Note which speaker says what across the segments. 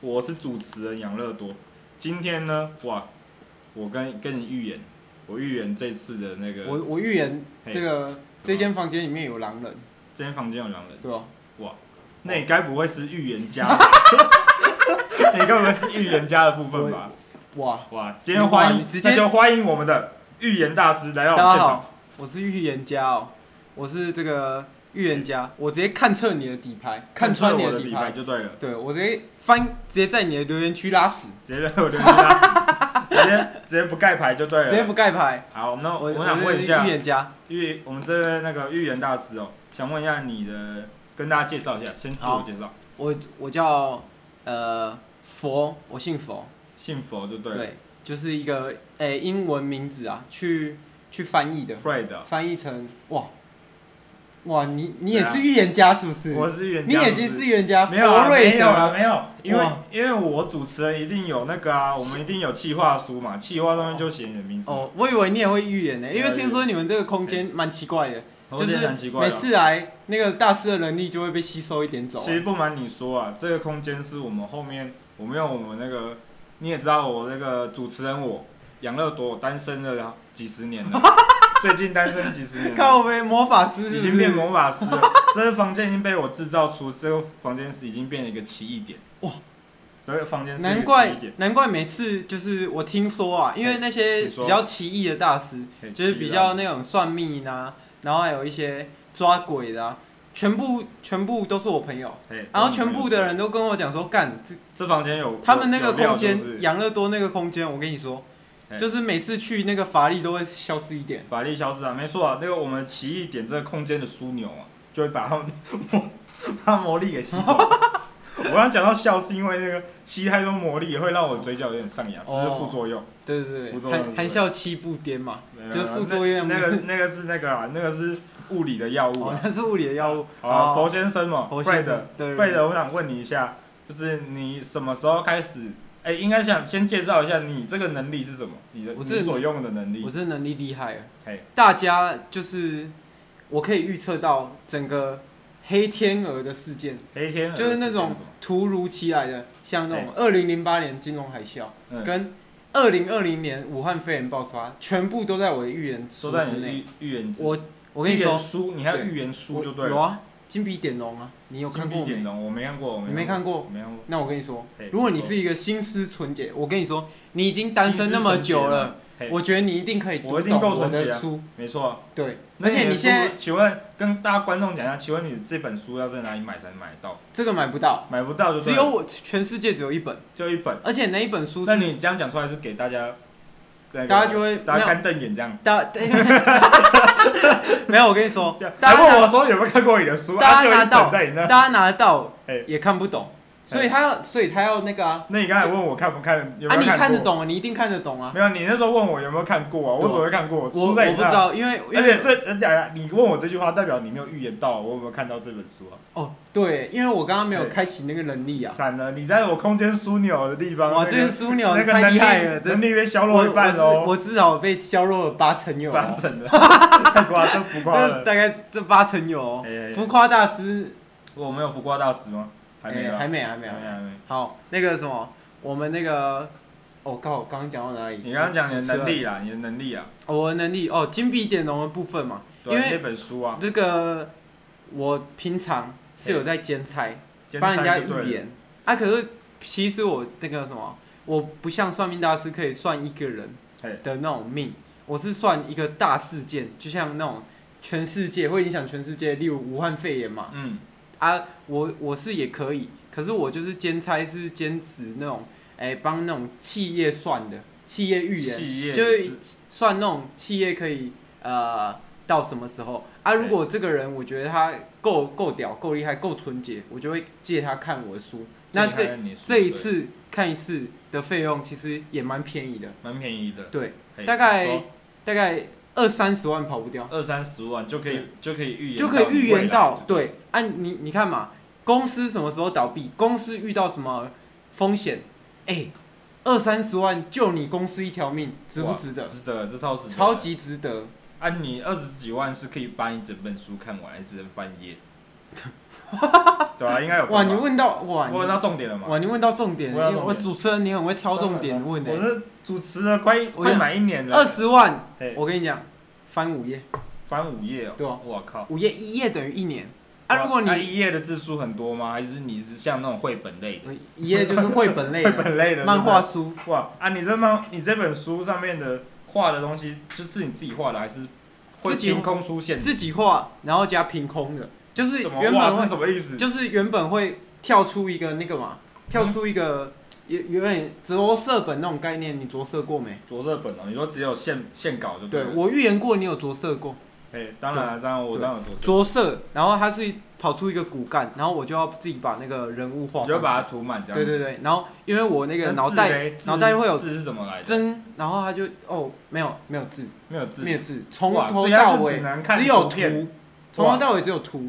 Speaker 1: 我是主持人杨乐多。今天呢，哇，我跟跟你预言，我预言这次的那个，
Speaker 2: 我我预言
Speaker 1: 嘿
Speaker 2: 这个这间房间里面有狼人，
Speaker 1: 今天房间有两人，
Speaker 2: 对吧？啊
Speaker 1: 哇，那你该不会是预言家吧？ 你该不会是预言家的部分吧？
Speaker 2: 哇，
Speaker 1: 哇，今天欢
Speaker 2: 哇
Speaker 1: 迎
Speaker 2: 你，直接
Speaker 1: 那就欢迎我们的预言大师来到
Speaker 2: 大
Speaker 1: 我
Speaker 2: 家
Speaker 1: 们现场。
Speaker 2: 好，我是预言家哦，我是这个预言家，我直接看测你的底牌，看穿你
Speaker 1: 我
Speaker 2: 的
Speaker 1: 底牌
Speaker 2: 牌，
Speaker 1: 就对了，
Speaker 2: 对我直接翻，直接在你的留言区拉屎，
Speaker 1: 直接让我留言打死， 直接直接不盖牌就对
Speaker 2: 直接
Speaker 1: 了。
Speaker 2: 不盖牌。
Speaker 1: 好，那
Speaker 2: 我
Speaker 1: 我想问一
Speaker 2: 我
Speaker 1: 下
Speaker 2: 是预言家，
Speaker 1: 预我们这位那个预言大师哦，想问一下你的，跟大家介绍一下，先自我介绍，
Speaker 2: 我我叫呃佛，我姓佛，
Speaker 1: 信佛就对了
Speaker 2: 对，就是一个诶、英文名字啊，去去翻译的，
Speaker 1: ，Fred，哦
Speaker 2: 翻译成哇哇，你你也
Speaker 1: 怎
Speaker 2: 是
Speaker 1: 样
Speaker 2: 预言家是不是？
Speaker 1: 我是预言
Speaker 2: 你
Speaker 1: 家，
Speaker 2: 眼睛是预言家，
Speaker 1: 不是没有啊，
Speaker 2: 佛瑞德
Speaker 1: 没有啊，没有，因为
Speaker 2: 哇
Speaker 1: 因为我主持人一定有那个啊，我们一定有企划书嘛，企划上面就写你的名字，
Speaker 2: 哦，我以为你也会预言呢、因
Speaker 1: 没有
Speaker 2: 为听说你们这个空间蛮奇怪的，
Speaker 1: 我
Speaker 2: 就
Speaker 1: 觉得
Speaker 2: 是
Speaker 1: 很奇怪
Speaker 2: 每
Speaker 1: 的哦。
Speaker 2: 次来那个大师的能力就会被吸收一点走啊、
Speaker 1: 其实不瞒你说啊，这个空间是我们后面我们用我们那个你也知道我那个主持人我杨乐多我单身了几十年 了，最近单身几十年了，
Speaker 2: 看我们魔法师是不是
Speaker 1: 已经变魔法师 了。这个房间已经被我制造出，这个房间是已经变了一个奇异点。
Speaker 2: 哇，
Speaker 1: 这个房间是一
Speaker 2: 难
Speaker 1: 个奇
Speaker 2: 怪
Speaker 1: 异点，
Speaker 2: 难怪每次就是我听说啊，因为那些
Speaker 1: 你说
Speaker 2: 比较奇异的大师，
Speaker 1: 嘿
Speaker 2: 就是比较那种算命啊，然后还有一些抓鬼的、啊，全部全部都是我朋友，
Speaker 1: 嘿
Speaker 2: 然后全部的人都跟我讲说，干这
Speaker 1: 这房间有
Speaker 2: 他们那
Speaker 1: 有
Speaker 2: 个
Speaker 1: 料
Speaker 2: 空
Speaker 1: 是不
Speaker 2: 间，
Speaker 1: 是
Speaker 2: 养乐多那个空间，我跟你说
Speaker 1: 嘿，
Speaker 2: 就是每次去那个法力都会消失一点。
Speaker 1: 法力消失啊，没错啊，那个我们奇异点这个空间的枢纽啊，就会把他们 魔把魔力给吸走。我刚刚讲到笑是因为那个吸太多魔力也会让我嘴角有点上扬，这是副作用。
Speaker 2: 对对
Speaker 1: 副作
Speaker 2: 对，
Speaker 1: 用
Speaker 2: 含含笑七步癫嘛，哦就是副作用
Speaker 1: 那那个那个是那个啊，那个是物理的药物
Speaker 2: 哦
Speaker 1: 啊。，
Speaker 2: 那是物理的药物。
Speaker 1: 好啊，
Speaker 2: 哦
Speaker 1: 佛先生嘛，
Speaker 2: 佛
Speaker 1: 费
Speaker 2: 先
Speaker 1: 的
Speaker 2: 生，对
Speaker 1: 费
Speaker 2: 对对，
Speaker 1: 的，我想问你一下，就是你什么时候开始？哎，应该想先介绍一下你这个能力是什么？你的
Speaker 2: 我
Speaker 1: 你
Speaker 2: 这
Speaker 1: 所用的能力
Speaker 2: 我。这能力厉害了
Speaker 1: 嘿。
Speaker 2: 大家就是我可以预测到整个黑天鹅的事件，
Speaker 1: 黑天鹅
Speaker 2: 就是那
Speaker 1: 事件
Speaker 2: 种
Speaker 1: 什么
Speaker 2: 突如其来的，像那种二零零八年金融海啸
Speaker 1: 嗯
Speaker 2: 跟二零二零年武汉肺炎爆发，全部都在我的预言
Speaker 1: 都
Speaker 2: 书
Speaker 1: 在
Speaker 2: 之
Speaker 1: 你的
Speaker 2: 内。
Speaker 1: 预预言之
Speaker 2: 我我跟你
Speaker 1: 预
Speaker 2: 说
Speaker 1: 言，书，你还有
Speaker 2: 对
Speaker 1: 预言书
Speaker 2: 我
Speaker 1: 就对了。
Speaker 2: 有啊，金笔点龙啊，你有
Speaker 1: 金
Speaker 2: 看
Speaker 1: 币
Speaker 2: 过
Speaker 1: 点
Speaker 2: 没？
Speaker 1: 的，我没看过，我
Speaker 2: 你没看过
Speaker 1: 我没看过。
Speaker 2: 那我跟你说
Speaker 1: 嘿，
Speaker 2: 如果
Speaker 1: 请
Speaker 2: 你
Speaker 1: 说
Speaker 2: 是一个心思纯洁，我跟你说，你已经单身那么久了，
Speaker 1: 嘿
Speaker 2: 我觉得你一定可以读
Speaker 1: 我一定
Speaker 2: 懂
Speaker 1: 够
Speaker 2: 我
Speaker 1: 纯洁啊
Speaker 2: 的书。
Speaker 1: 没错。
Speaker 2: 对，
Speaker 1: 那
Speaker 2: 而且
Speaker 1: 的
Speaker 2: 你
Speaker 1: 书
Speaker 2: 现在
Speaker 1: 请问跟大家观众讲一下，请问你这本书要在哪里买才能买得到？
Speaker 2: 这个买不到，
Speaker 1: 买不到就
Speaker 2: 只
Speaker 1: 对
Speaker 2: 有
Speaker 1: 了
Speaker 2: 我全世界只有一本，
Speaker 1: 就一本。
Speaker 2: 而且那一本书
Speaker 1: 那
Speaker 2: 是
Speaker 1: 你这样讲出来是给大家，那个
Speaker 2: 大家就会
Speaker 1: 大
Speaker 2: 没
Speaker 1: 家
Speaker 2: 有
Speaker 1: 干瞪眼这样。
Speaker 2: 大，对 没有我跟你说
Speaker 1: 这样，
Speaker 2: 大
Speaker 1: 还
Speaker 2: 家
Speaker 1: 问
Speaker 2: 拿
Speaker 1: 我说有没有看过你的书？
Speaker 2: 大家
Speaker 1: 啊就有一
Speaker 2: 拿
Speaker 1: 本
Speaker 2: 到
Speaker 1: 在你那。哎
Speaker 2: 大家拿得到
Speaker 1: 嘿
Speaker 2: 也看不懂，所以他要所以他要那个啊，
Speaker 1: 那你刚才问我看不看，有
Speaker 2: 啊
Speaker 1: 没有
Speaker 2: 你看得
Speaker 1: 过？
Speaker 2: 懂，你一定看得懂啊。
Speaker 1: 没有，你那时候问我有没有看过啊？我
Speaker 2: 对
Speaker 1: 怎么会看过？
Speaker 2: 我
Speaker 1: 书
Speaker 2: 我
Speaker 1: 在你
Speaker 2: 不知
Speaker 1: 那。
Speaker 2: 道，因为
Speaker 1: 而
Speaker 2: 因
Speaker 1: 且
Speaker 2: 为
Speaker 1: 这，呃等一下你问我这句话，代表你没有预言到我有没有看到这本书啊？
Speaker 2: 哦，对，因为我刚刚没有
Speaker 1: 对
Speaker 2: 开启那个能力啊。
Speaker 1: 惨了，你在我空间枢纽的地方，
Speaker 2: 哇，
Speaker 1: 那
Speaker 2: 这
Speaker 1: 个
Speaker 2: 个枢纽
Speaker 1: 那个
Speaker 2: 太
Speaker 1: 能
Speaker 2: 厉害
Speaker 1: 力
Speaker 2: 了，真
Speaker 1: 能
Speaker 2: 的。
Speaker 1: 力被削
Speaker 2: 我
Speaker 1: 弱一半
Speaker 2: 我
Speaker 1: 哦，
Speaker 2: 我至少被削弱了八成有哦，
Speaker 1: 八成了，太夸张，浮夸
Speaker 2: 这
Speaker 1: 了。
Speaker 2: 大概这八成有哦
Speaker 1: 哎哎哎。
Speaker 2: 浮夸大师，
Speaker 1: 我们有浮夸大师吗？还没
Speaker 2: 哎
Speaker 1: 有，
Speaker 2: 还
Speaker 1: 没，
Speaker 2: 没，还没，还
Speaker 1: 还没，
Speaker 2: 没。
Speaker 1: 啊还没。
Speaker 2: 好，那个什么，我们那个，哦，刚好刚刚讲到哪里？
Speaker 1: 你刚刚讲你的能力啦，你的能力啊，
Speaker 2: 哦，我的能力哦，金币点龙的部分嘛，
Speaker 1: 对
Speaker 2: 因
Speaker 1: 啊
Speaker 2: 为
Speaker 1: 那本书啊，
Speaker 2: 这个我平常是有在兼差，
Speaker 1: 兼
Speaker 2: 帮人家
Speaker 1: 差就对了
Speaker 2: 预言啊。可是其实我那个什么，我不像算命大师可以算一个人
Speaker 1: 嘿
Speaker 2: 的那种命，我是算一个大事件，就像那种全世界会影响全世界，例如武汉肺炎嘛
Speaker 1: 嗯，
Speaker 2: 啊，我我是也可以，可是我就是兼差是兼职那种，哎、帮那种企业算的，企业预言。
Speaker 1: 企业
Speaker 2: 就是
Speaker 1: 之
Speaker 2: 算那种企业可以呃到什么时候啊？如果这个人我觉得他够够屌、够厉害、够纯洁，我就会借他看我的书，那
Speaker 1: 这里还有你的书
Speaker 2: 这一
Speaker 1: 对
Speaker 2: 次看一次的费用其实也蛮便宜的，
Speaker 1: 蛮便宜的，
Speaker 2: 对，
Speaker 1: 嘿
Speaker 2: 大概
Speaker 1: 说
Speaker 2: 大概二三十万跑不掉，
Speaker 1: 二三十万就可以就可以预言
Speaker 2: 就
Speaker 1: 到
Speaker 2: 可以预
Speaker 1: 你未
Speaker 2: 言
Speaker 1: 来
Speaker 2: 到
Speaker 1: 的，
Speaker 2: 对，按、你你看嘛，公司什么时候倒闭，公司遇到什么风险，哎、二三十万救你公司一条命，值不
Speaker 1: 哇
Speaker 2: 值得？
Speaker 1: 值得，这超值得，
Speaker 2: 超。级值得，
Speaker 1: 按、你二十几万是可以把你整本书看完，还只能翻 页。对啊，应该有
Speaker 2: 哇！
Speaker 1: 办
Speaker 2: 你
Speaker 1: 法
Speaker 2: 问到哇，你
Speaker 1: 我问到重点了嘛？
Speaker 2: 哇，你问到重点，
Speaker 1: 问到重点
Speaker 2: 我主持人你很会挑重点问
Speaker 1: 我
Speaker 2: 的。
Speaker 1: 是主持了快
Speaker 2: 我跟
Speaker 1: 快
Speaker 2: 你
Speaker 1: 满一年了，
Speaker 2: 二十万，
Speaker 1: 嘿
Speaker 2: 我跟你讲，翻五页，
Speaker 1: 翻五页哦、
Speaker 2: 对啊
Speaker 1: 我靠！
Speaker 2: 五页一页等于一年啊！
Speaker 1: 哇
Speaker 2: 如果
Speaker 1: 那
Speaker 2: 你
Speaker 1: 一页的字数很多吗？还是你是像那种绘本类的？
Speaker 2: 一页就是绘本类
Speaker 1: 绘
Speaker 2: 的
Speaker 1: 本类的
Speaker 2: 漫画
Speaker 1: 对
Speaker 2: 书，
Speaker 1: 不对哇啊！你这漫你这本书上面的画的东西，就是你自己画的，还是会
Speaker 2: 自己
Speaker 1: 凭空出现的？
Speaker 2: 自己画，然后加凭空的，就是
Speaker 1: 怎么
Speaker 2: 原
Speaker 1: 哇？
Speaker 2: 本
Speaker 1: 这是
Speaker 2: 会
Speaker 1: 什么意思？
Speaker 2: 就是原本会跳出一个那个嘛，跳出一个有有点着色本那种概念，你着色过没？
Speaker 1: 着色本哦、你说只有线线稿就
Speaker 2: 对
Speaker 1: 了。
Speaker 2: 我预言过，你有着色过，
Speaker 1: 哎、当然啊当然我
Speaker 2: 对
Speaker 1: 当然有着色，
Speaker 2: 着色，然后它是跑出一个骨干，然后我就要自己把那个人物画上
Speaker 1: 你就
Speaker 2: 去，
Speaker 1: 把它涂满这样
Speaker 2: 对
Speaker 1: 子。
Speaker 2: 对对，然后因为我那
Speaker 1: 那
Speaker 2: 个
Speaker 1: 字
Speaker 2: 脑袋
Speaker 1: 嘞字
Speaker 2: 脑袋会有
Speaker 1: 字是怎么来的？
Speaker 2: 真，然后他就哦，没有没有字，
Speaker 1: 没有字
Speaker 2: 没，有字，从
Speaker 1: 哇所
Speaker 2: 头
Speaker 1: 以它
Speaker 2: 到
Speaker 1: 就
Speaker 2: 尾
Speaker 1: 只能看
Speaker 2: 只有
Speaker 1: 图
Speaker 2: 图
Speaker 1: 片，
Speaker 2: 从头到尾只有图，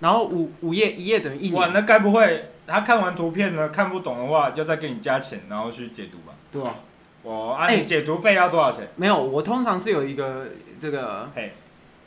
Speaker 2: 然后五五页一页等于一
Speaker 1: 哇，
Speaker 2: 年，
Speaker 1: 那该不会他看完图片呢，看不懂的话，要再给你加钱，然后去解读吧？
Speaker 2: 对吧？
Speaker 1: 哇，啊，
Speaker 2: 哎
Speaker 1: 你解读费要多少钱？
Speaker 2: 没有，我通常是有一个这个
Speaker 1: 嘿，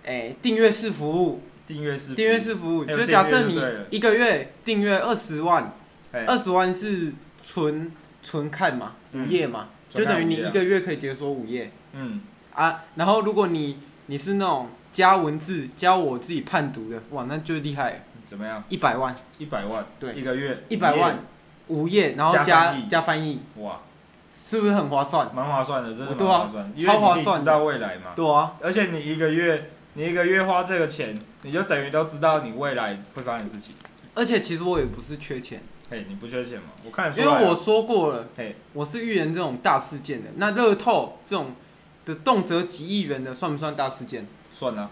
Speaker 2: 哎订阅式服务，
Speaker 1: 订阅是
Speaker 2: 订阅，式服务
Speaker 1: 还有
Speaker 2: 就是假设
Speaker 1: 订阅
Speaker 2: 你
Speaker 1: 就对了
Speaker 2: 一个月订阅二十万，
Speaker 1: 哎，
Speaker 2: 二十万是纯纯看嘛，五
Speaker 1: 嗯
Speaker 2: 页嘛，就
Speaker 1: 纯看
Speaker 2: 等于
Speaker 1: 五
Speaker 2: 你
Speaker 1: 页啊
Speaker 2: 一个月可以解锁五页，
Speaker 1: 嗯，
Speaker 2: 啊，然后如果你你是那种加文字教我自己判读的，哇，那就厉害了，
Speaker 1: 怎么样？
Speaker 2: 一百万，
Speaker 1: 一百万，
Speaker 2: 对
Speaker 1: 一个月
Speaker 2: 一百万，五页，然后
Speaker 1: 加
Speaker 2: 加
Speaker 1: 翻译
Speaker 2: 加翻译，
Speaker 1: 哇，
Speaker 2: 是不是很划算？
Speaker 1: 蛮划算的，真的
Speaker 2: 对
Speaker 1: 蛮
Speaker 2: 啊
Speaker 1: 划算，因为
Speaker 2: 超划
Speaker 1: 你可以
Speaker 2: 算
Speaker 1: 知
Speaker 2: 的
Speaker 1: 道未来嘛，
Speaker 2: 对啊，
Speaker 1: 而且你一个月。你一个月花这个钱，你就等于都知道你未来会发生的事情。
Speaker 2: 而且其实我也不是缺钱，
Speaker 1: 嘿，你不缺钱吗？我看得出
Speaker 2: 因
Speaker 1: 来啊。
Speaker 2: 为我说过了，
Speaker 1: 嘿，
Speaker 2: 我是预言这种大事件的。那乐透这种的动辄几亿元的，算不算大事件？
Speaker 1: 算了、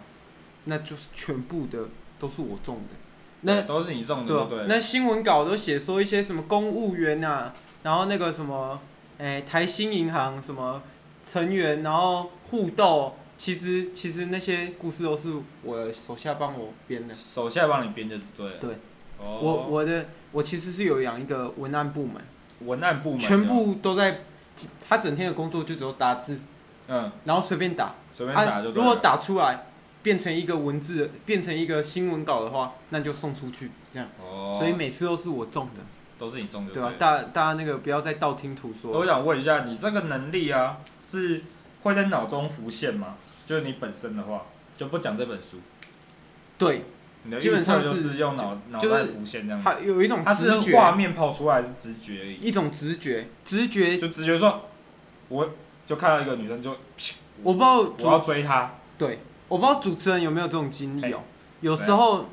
Speaker 2: 那就是全部的都是我中的。
Speaker 1: 那
Speaker 2: 那
Speaker 1: 都是你中的，
Speaker 2: 对啊
Speaker 1: 对了，
Speaker 2: 那新闻稿都写说一些什么公务员啊，然后那个什么，哎、台新银行什么成员，然后互斗，其实其实那些故事都是我手下帮我编的。
Speaker 1: 手下帮你编就对了。
Speaker 2: 对，
Speaker 1: 哦，
Speaker 2: 我我的我其实是有养一个文案部门，
Speaker 1: 文案部门啊
Speaker 2: 全部都在，他整天的工作就只有打字，
Speaker 1: 嗯，
Speaker 2: 然后随便打，
Speaker 1: 随便打就
Speaker 2: 啊。
Speaker 1: 对
Speaker 2: 如
Speaker 1: 了。
Speaker 2: 果打出来变成一个文字，变成一个新闻稿的话，那就送出去这样。
Speaker 1: 哦，
Speaker 2: 所以每次都是我中的。
Speaker 1: 都是你中就
Speaker 2: 对
Speaker 1: 了。
Speaker 2: 啊，大大家那个不要再道听途
Speaker 1: 我
Speaker 2: 说。
Speaker 1: 想问一下，你这个能力啊，是会在脑中浮现吗？就是你本身的话，就不讲这本书，
Speaker 2: 对，
Speaker 1: 你的
Speaker 2: 基
Speaker 1: 预
Speaker 2: 本
Speaker 1: 测
Speaker 2: 上
Speaker 1: 就是是用脑脑
Speaker 2: 就
Speaker 1: 袋
Speaker 2: 是
Speaker 1: 浮现这样子。
Speaker 2: 它有一种
Speaker 1: 它
Speaker 2: 直
Speaker 1: 是画
Speaker 2: 觉，
Speaker 1: 面跑出来还是直觉而已，
Speaker 2: 一种直觉，直觉。
Speaker 1: 就直觉说，我就看到一个女生就
Speaker 2: 我不知道
Speaker 1: 我要
Speaker 2: 主
Speaker 1: 追她，
Speaker 2: 对，我不知道主持人有没有这种经历哦、有
Speaker 1: 对啊
Speaker 2: 时候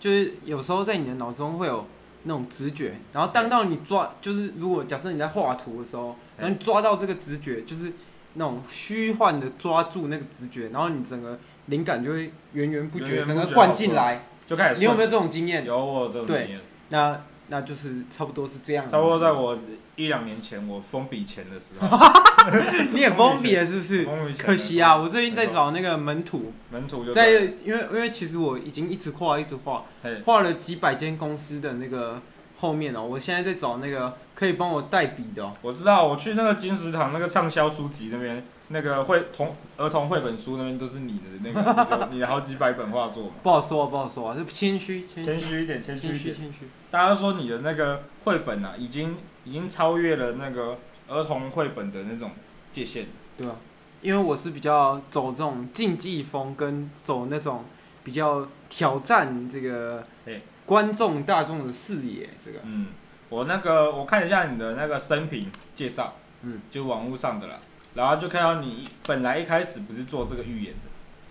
Speaker 2: 就是有时候在你的脑中会有那种直觉，然后当到你抓，就是如果假设你在画图的时候，
Speaker 1: 嘿
Speaker 2: 然后你抓到这个直觉，就是那种虚幻的抓住那个直觉，然后你整个灵感就会源源不
Speaker 1: 源
Speaker 2: 绝，
Speaker 1: 源不
Speaker 2: 整个
Speaker 1: 绝
Speaker 2: 灌
Speaker 1: 跑
Speaker 2: 进
Speaker 1: 出来
Speaker 2: 来。
Speaker 1: 就开始
Speaker 2: 你有没有
Speaker 1: 有？
Speaker 2: 这种经验？
Speaker 1: 有我有这种
Speaker 2: 对
Speaker 1: 经验。
Speaker 2: 那那就是差不多是这样的。
Speaker 1: 差不多在我一两年前，我封笔前的时候，
Speaker 2: 你也封闭了是不是？
Speaker 1: 封笔前
Speaker 2: 可惜啊，，我最近在找那个门徒，
Speaker 1: 门徒就
Speaker 2: 在
Speaker 1: 对了
Speaker 2: 因为因为其实我已经一直画一直画，
Speaker 1: 嘿，
Speaker 2: 画了几百间公司的那个后面哦、我现在在找那个可以帮我代笔的哦、
Speaker 1: 我知道，我去那个金石堂那个畅销书籍那边，那个绘童儿童绘本书那边都是你的那个你的你的好几百本画作 嘛。
Speaker 2: 不好说、啊，不好说啊，这谦虚谦
Speaker 1: 谦
Speaker 2: 虚
Speaker 1: 虚一点，谦虚
Speaker 2: 谦
Speaker 1: 一
Speaker 2: 虚
Speaker 1: 点。
Speaker 2: 谦虚，
Speaker 1: 大家都说你的那个绘本啊，已经已经超越了那个儿童绘本的那种界限。
Speaker 2: 对吧、因为我是比较走这种竞技风，跟走那种比较挑战这个
Speaker 1: 嘿
Speaker 2: 观众大众的视野，这个
Speaker 1: 嗯，我那个我看一下你的那个生平介绍，
Speaker 2: 嗯，
Speaker 1: 就网络上的啦，然后就看到你本来一开始不是做这个预言的。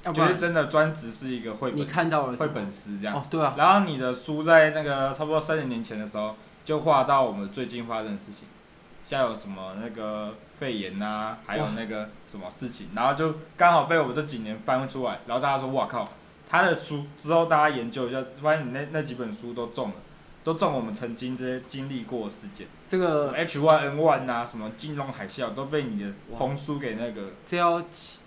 Speaker 2: 要啊不
Speaker 1: 就是
Speaker 2: 然
Speaker 1: 真的专职是一个绘
Speaker 2: 你
Speaker 1: 本
Speaker 2: 看到了什
Speaker 1: 绘
Speaker 2: 么
Speaker 1: 本师这样。
Speaker 2: 哦，对啊，
Speaker 1: 然后你的书在那个差不多三十年前的时候，就画到我们最近发生的事情，像有什么那个肺炎呐、还有
Speaker 2: 哇
Speaker 1: 那个什么事情，然后就刚好被我们这几年翻出来，然后大家说哇靠，他的书之后大家研究一下，发现你那那几本书都中了，都中我们曾经这些经历过的事件，
Speaker 2: 这
Speaker 1: 什么
Speaker 2: 个
Speaker 1: H1N1 呐、啊什么金融海啸，都被你的红书给那个
Speaker 2: 这要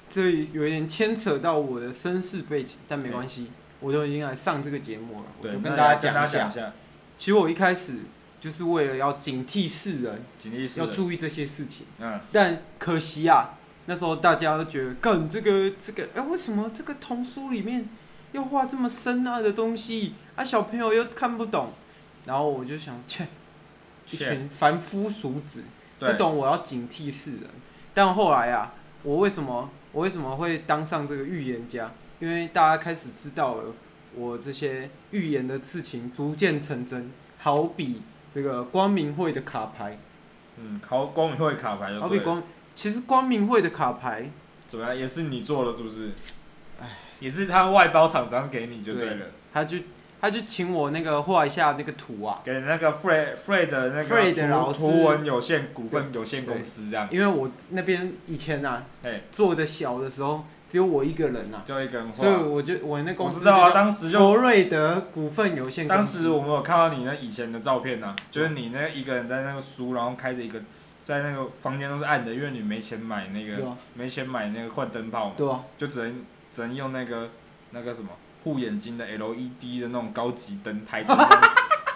Speaker 2: 这有一点牵扯到我的身世背景，但没关系，我都已经来上这个节目了，我
Speaker 1: 哎对，
Speaker 2: 就
Speaker 1: 那
Speaker 2: 跟
Speaker 1: 你
Speaker 2: 大
Speaker 1: 要
Speaker 2: 家
Speaker 1: 跟大
Speaker 2: 讲
Speaker 1: 家讲
Speaker 2: 一
Speaker 1: 一
Speaker 2: 下。
Speaker 1: 下，
Speaker 2: 其实我一开始就是为了要警惕世人，
Speaker 1: 警力是
Speaker 2: 要，注意这些事情，
Speaker 1: 嗯，
Speaker 2: 但可惜啊，那时候大家都觉得，干这个这个，哎、为什么这个童书里面要画这么深啊的东西啊？小朋友又看不懂，然后我就想，切，一
Speaker 1: 切，
Speaker 2: 群凡夫俗子。不
Speaker 1: 对，
Speaker 2: 懂我要警惕世人。但后来啊，我为什么我为什么会当上这个预言家？因为大家开始知道了我这些预言的事情逐渐成真，好比这个光明会的卡牌，
Speaker 1: 嗯，好，光明会卡牌就
Speaker 2: 好
Speaker 1: 对
Speaker 2: 比
Speaker 1: 了，
Speaker 2: 光，其实光明会的卡牌，
Speaker 1: 怎么样，也是你做的，是不是？也是他外包厂商给你就对了，
Speaker 2: 他就他就请我那个画一下那个图啊，
Speaker 1: 给那个 Fred Fred 的那
Speaker 2: Fred 老
Speaker 1: 个图
Speaker 2: 师
Speaker 1: 图文有限股份有限公司这样，
Speaker 2: 因为我那边以前啊
Speaker 1: 哎，
Speaker 2: 做的小的时候只有我一个人啊，
Speaker 1: 就一个人
Speaker 2: 所以
Speaker 1: 画，
Speaker 2: 我就我那
Speaker 1: 我
Speaker 2: 公司
Speaker 1: 知道啊，
Speaker 2: 就叫
Speaker 1: 当时就
Speaker 2: 佛瑞德股份有限公
Speaker 1: 当
Speaker 2: 司。
Speaker 1: 时我们有看到你那以前的照片呢、啊就是你那一个人在那个书，然后开着一个，在那个房间都是暗的，因为你没钱买那
Speaker 2: 对
Speaker 1: 个
Speaker 2: 啊，
Speaker 1: 没钱买那个换灯泡嘛，
Speaker 2: 对啊，
Speaker 1: 就只能只能用那个那个什么护眼睛的 LED 的那种高级灯台灯，